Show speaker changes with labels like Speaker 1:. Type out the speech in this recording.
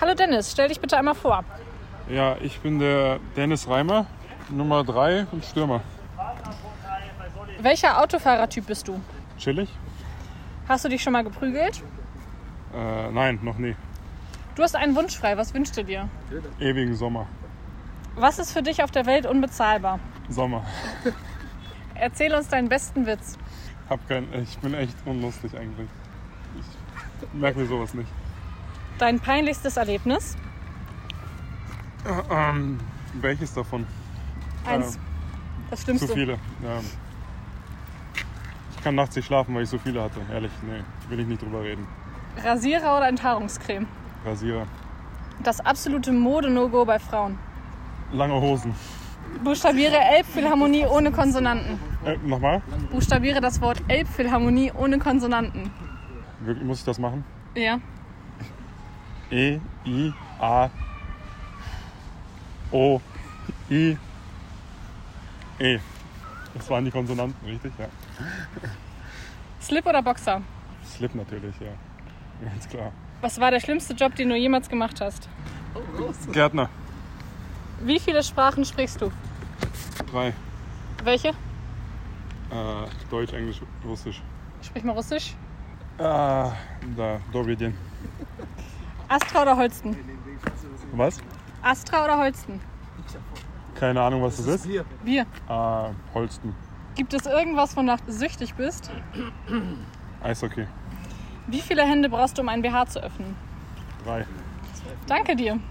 Speaker 1: Hallo Dennis, stell dich bitte einmal vor.
Speaker 2: Ja, ich bin der Dennis Reimer, Nummer 3 und Stürmer.
Speaker 1: Welcher Autofahrertyp bist du?
Speaker 2: Chillig?
Speaker 1: Hast du dich schon mal geprügelt?
Speaker 2: Äh, nein, noch nie.
Speaker 1: Du hast einen Wunsch frei, was wünschst du dir?
Speaker 2: Ewigen Sommer.
Speaker 1: Was ist für dich auf der Welt unbezahlbar?
Speaker 2: Sommer.
Speaker 1: Erzähl uns deinen besten Witz.
Speaker 2: Hab kein, ich bin echt unlustig eigentlich. Ich merke mir sowas nicht.
Speaker 1: Dein peinlichstes Erlebnis?
Speaker 2: Ähm, welches davon?
Speaker 1: Eins. Das
Speaker 2: Zu
Speaker 1: Schlimmste.
Speaker 2: viele. Ja. Ich kann nachts nicht schlafen, weil ich so viele hatte. Ehrlich, nee, will ich nicht drüber reden.
Speaker 1: Rasierer oder Enthaarungscreme?
Speaker 2: Rasierer.
Speaker 1: Das absolute Mode-No-Go bei Frauen.
Speaker 2: Lange Hosen.
Speaker 1: Buchstabiere Elbphilharmonie ohne Konsonanten.
Speaker 2: Äh, nochmal?
Speaker 1: Buchstabiere das Wort Elbphilharmonie ohne Konsonanten.
Speaker 2: Wirklich, muss ich das machen?
Speaker 1: Ja.
Speaker 2: E, I, A, O, I, E. Das waren die Konsonanten, richtig? Ja.
Speaker 1: Slip oder Boxer?
Speaker 2: Slip natürlich, ja. Ganz klar.
Speaker 1: Was war der schlimmste Job, den du jemals gemacht hast?
Speaker 2: Gärtner,
Speaker 1: Wie viele Sprachen sprichst du?
Speaker 2: drei.
Speaker 1: Welche?
Speaker 2: Äh, Deutsch, Englisch, Russisch.
Speaker 1: Sprich mal Russisch.
Speaker 2: Ah, da, Dovidin.
Speaker 1: Astra oder Holsten?
Speaker 2: Was?
Speaker 1: Astra oder Holsten?
Speaker 2: Keine Ahnung, was das ist.
Speaker 1: Bier.
Speaker 2: Ah, Holsten.
Speaker 1: Gibt es irgendwas, wonach du süchtig bist?
Speaker 2: Eishockey.
Speaker 1: Wie viele Hände brauchst du, um ein BH zu öffnen?
Speaker 2: Drei.
Speaker 1: Danke dir.